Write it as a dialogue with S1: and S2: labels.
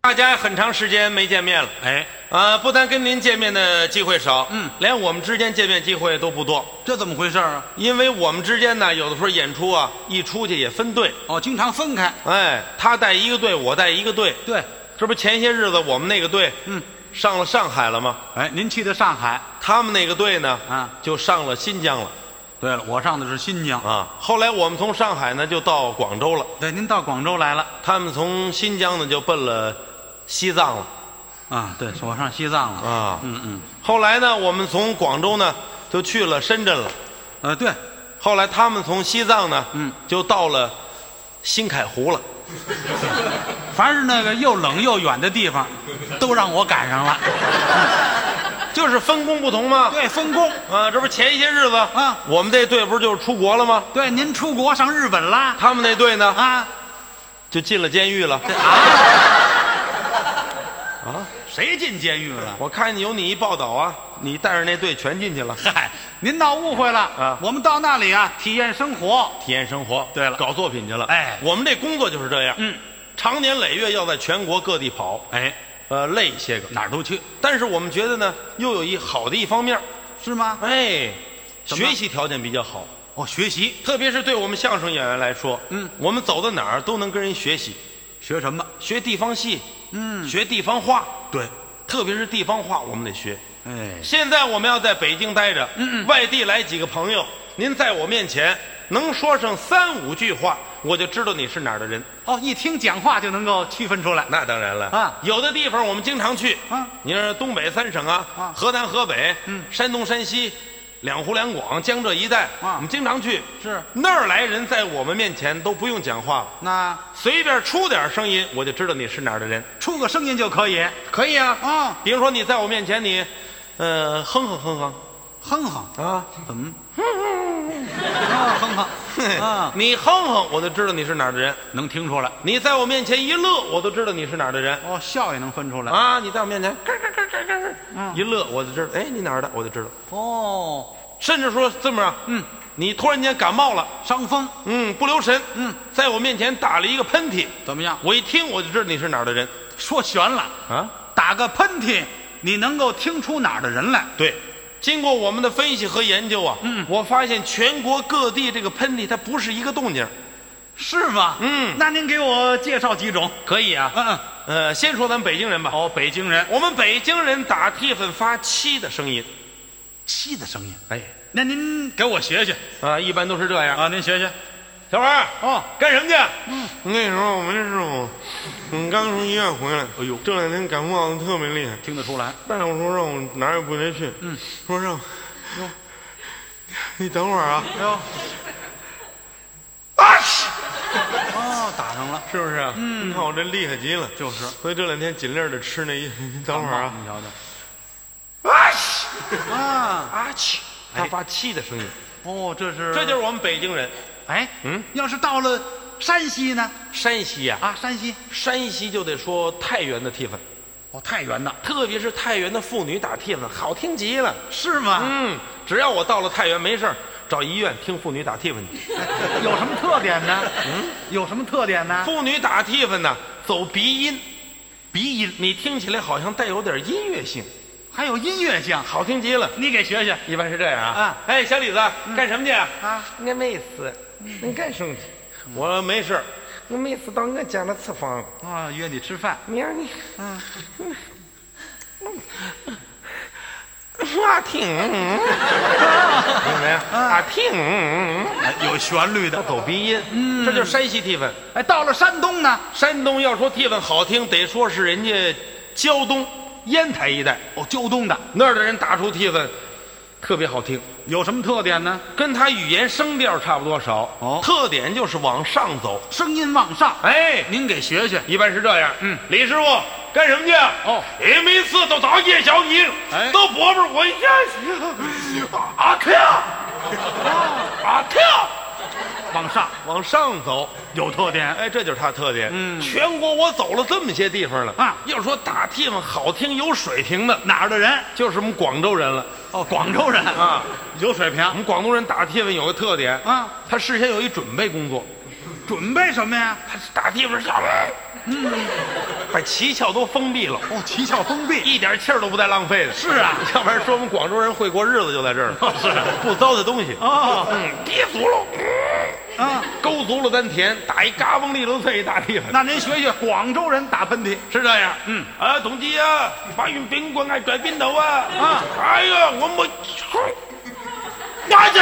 S1: 大家很长时间没见面了，
S2: 哎，
S1: 啊，不但跟您见面的机会少，嗯，连我们之间见面机会都不多，
S2: 这怎么回事啊？
S1: 因为我们之间呢，有的时候演出啊，一出去也分队，
S2: 哦，经常分开。
S1: 哎，他带一个队，我带一个队，
S2: 对，
S1: 这不前些日子我们那个队，
S2: 嗯，
S1: 上了上海了吗？
S2: 哎，您去的上海
S1: 他们那个队呢，
S2: 啊？
S1: 就上了新疆了
S2: 对了，我上的是新疆。
S1: 啊。后来我们从上海呢就到广州了，
S2: 对，您到广州来了
S1: 他们从新疆呢就奔了西藏了
S2: 啊？对，我上西藏了。
S1: 啊。
S2: 嗯嗯，
S1: 后来呢，我们从广州呢就去了深圳了。
S2: 呃，对，
S1: 后来他们从西藏呢，
S2: 嗯，
S1: 就到了新凯湖了。
S2: 凡是那个又冷又远的地方，都让我赶上了。
S1: 就是分工不同嘛。
S2: 对，分工。
S1: 啊，这不前些日子
S2: 啊，
S1: 我们这队不是就是出国了吗？
S2: 对，您出国上日本啦？
S1: 他们那队呢，
S2: 啊
S1: 就进了监狱了。
S2: 啊！
S1: 啊，
S2: 谁进监狱了？
S1: 我看有你一报道啊，你带着那队全进去了，
S2: 嗨，您闹误会了
S1: 啊
S2: 我们到那里啊，体验生活。
S1: 体验生活。
S2: 对了
S1: 搞作品去了。
S2: 哎
S1: 我们这工作就是这样，
S2: 嗯，
S1: 常年累月要在全国各地跑，
S2: 哎，
S1: 呃，累一些个。
S2: 哪儿都去，
S1: 但是我们觉得呢，又有一好的一方面，
S2: 是吗？
S1: 哎，
S2: 怎么
S1: 学习条件比较好。
S2: 哦，学习，
S1: 特别是对我们相声演员来说，
S2: 嗯，
S1: 我们走到哪儿都能跟人学习，
S2: 学什么？
S1: 学地方戏，
S2: 嗯，
S1: 学地方话，
S2: 对，
S1: 特别是地方话，我们得学。
S2: 哎，
S1: 现在我们要在北京待着，嗯嗯，外地来几个朋友，您在我面前能说上三五句话，我就知道你是哪儿的人。
S2: 哦，一听讲话就能够区分出来
S1: 那当然了
S2: 啊
S1: 有的地方我们经常去，
S2: 啊。
S1: 你说东北三省啊，
S2: 啊
S1: 河南、河北，
S2: 嗯
S1: 山东、山西，两湖、两广、江浙一带，
S2: 啊
S1: 我们经常去。
S2: 是，
S1: 那儿来人在我们面前都不用讲话了。
S2: 那
S1: 随便出点声音，我就知道你是哪儿的人。
S2: 出个声音就可以
S1: 可以啊，
S2: 啊，
S1: 比如说你在我面前，你，呃，哼哼哼
S2: 哼哼，
S1: 哼 啊，
S2: 怎么？啊，哼哼，啊，
S1: 你哼哼，我就知道你是哪儿的人。
S2: 能听出来
S1: 你在我面前一乐，我都知道你是哪儿的人。
S2: 哦，笑也能分出来
S1: 啊，你在我面前咯咯咯咯咯
S2: 嗯
S1: 一乐，我就知道，哎，你哪儿的，我就知道。
S2: 哦，
S1: 甚至说这么着，
S2: 嗯，
S1: 你突然间感冒了，
S2: 伤风，
S1: 嗯，不留神，
S2: 嗯，
S1: 在我面前打了一个喷嚏，
S2: 怎么样？
S1: 我一听我就知道你是哪儿的人
S2: 说悬了，
S1: 啊。
S2: 打个喷嚏，你能够听出哪儿的人来？
S1: 对，经过我们的分析和研究啊，
S2: 嗯
S1: 我发现全国各地这个喷嚏它不是一个动静。
S2: 是吗？
S1: 嗯
S2: 那您给我介绍几种？
S1: 可以啊，
S2: 嗯嗯，
S1: 呃，先说咱们北京人吧。
S2: 哦，北京人
S1: 我们北京人打嚏粉发七的声音，
S2: 气的声音，
S1: 哎，
S2: 那您给我学学
S1: 啊，一般都是这样。
S2: 啊，您学学
S1: 小王
S2: 哦，
S1: 干什么去？那时候我没事，我嗯刚从医院回来，
S2: 哎呦
S1: 这两天感冒的特别厉害，
S2: 听得出来。
S1: 大夫说让我哪儿也不能去，嗯，说让我，你等会儿啊，
S2: 哎呦，
S1: 啊，
S2: 哦，打上了，
S1: 是不是？嗯，你看我这厉害极了。
S2: 就是。
S1: 所以这两天尽量的吃那一，你等会儿啊，
S2: 你瞧瞧。
S1: 啊气
S2: 啊，
S1: 啊气，
S2: 哎
S1: 他发气的声音，
S2: 哦，这是
S1: 这就是我们北京人。
S2: 哎，
S1: 嗯，
S2: 要是到了山西呢？
S1: 山西呀、
S2: 啊，山西
S1: 山西就得说太原的气氛，
S2: 哦，太原的，
S1: 特别是太原的妇女打气氛，好听极了。
S2: 是吗？
S1: 嗯，只要我到了太原，没事儿找医院听妇女打气氛去。
S2: 有什么特点呢？嗯，有什么特点呢？
S1: 妇女打气氛呢，走鼻音，鼻音，你听起来好像带有点音乐性，
S2: 还有音乐性，
S1: 好听极了。
S2: 你给学学
S1: 一般是这样啊。
S2: 啊
S1: 哎，小李子，干什么去啊？
S2: 啊。
S3: 我妹子，你干什么去？
S1: 我说没事儿
S3: 我妹子到我家来吃饭，
S2: 啊，约你吃饭，
S3: 明儿你
S2: 嗯，
S3: 我听，
S1: 听见没有？
S3: 我听。
S2: 哎有旋律
S1: 他
S2: 的。
S1: 走鼻音，嗯，这就是山西气氛。
S2: 哎，到了山东呢？
S1: 山东要说气氛好听，得说是人家胶东、烟台一带
S2: 哦，胶东的
S1: 那儿的人打出气氛，特别好听，
S2: 有什么特点呢？
S1: 跟他语言声调差不多少。
S2: 哦
S1: 特点就是往上走。
S2: 声音往上，
S1: 哎，
S2: 您给学学。
S1: 一般是这样。
S2: 嗯，
S1: 李师傅干什么去？啊
S2: 哦，
S1: 你每次都打叶小你，
S2: 哎
S1: 都伯伯我呀，啊阿克呀，阿克呀，
S2: 往上
S1: 往上走。
S2: 有特点。
S1: 哎，这就是他特点。
S2: 嗯
S1: 全国我走了这么些地方了
S2: 啊
S1: 要说打地方好听有水平的，
S2: 哪儿的人？
S1: 就是我们广州人了
S2: 哦，广州人啊，
S1: 啊。
S2: 有水平
S1: 我们广东人打地方有个特点
S2: 啊，
S1: 他事先有一准备工作，
S2: 准备什么呀？
S1: 打地方上，把七窍都封闭了，
S2: 哦，七窍封闭。
S1: 一点气儿都不带浪费的。
S2: 是啊，
S1: 要不然说我们广州人会过日子就在这儿了，是不糟蹋东西。
S2: 哦
S1: 嗯，跌足了，
S2: 啊，
S1: 勾足了丹田，打一嘎嘣利落脆一大地方，
S2: 那您学学广州人打喷嚏，
S1: 是这样。
S2: 嗯
S1: 啊，同志啊，把运宾馆爱拽冰头啊
S2: 啊
S1: 哎呀，我没，拿去。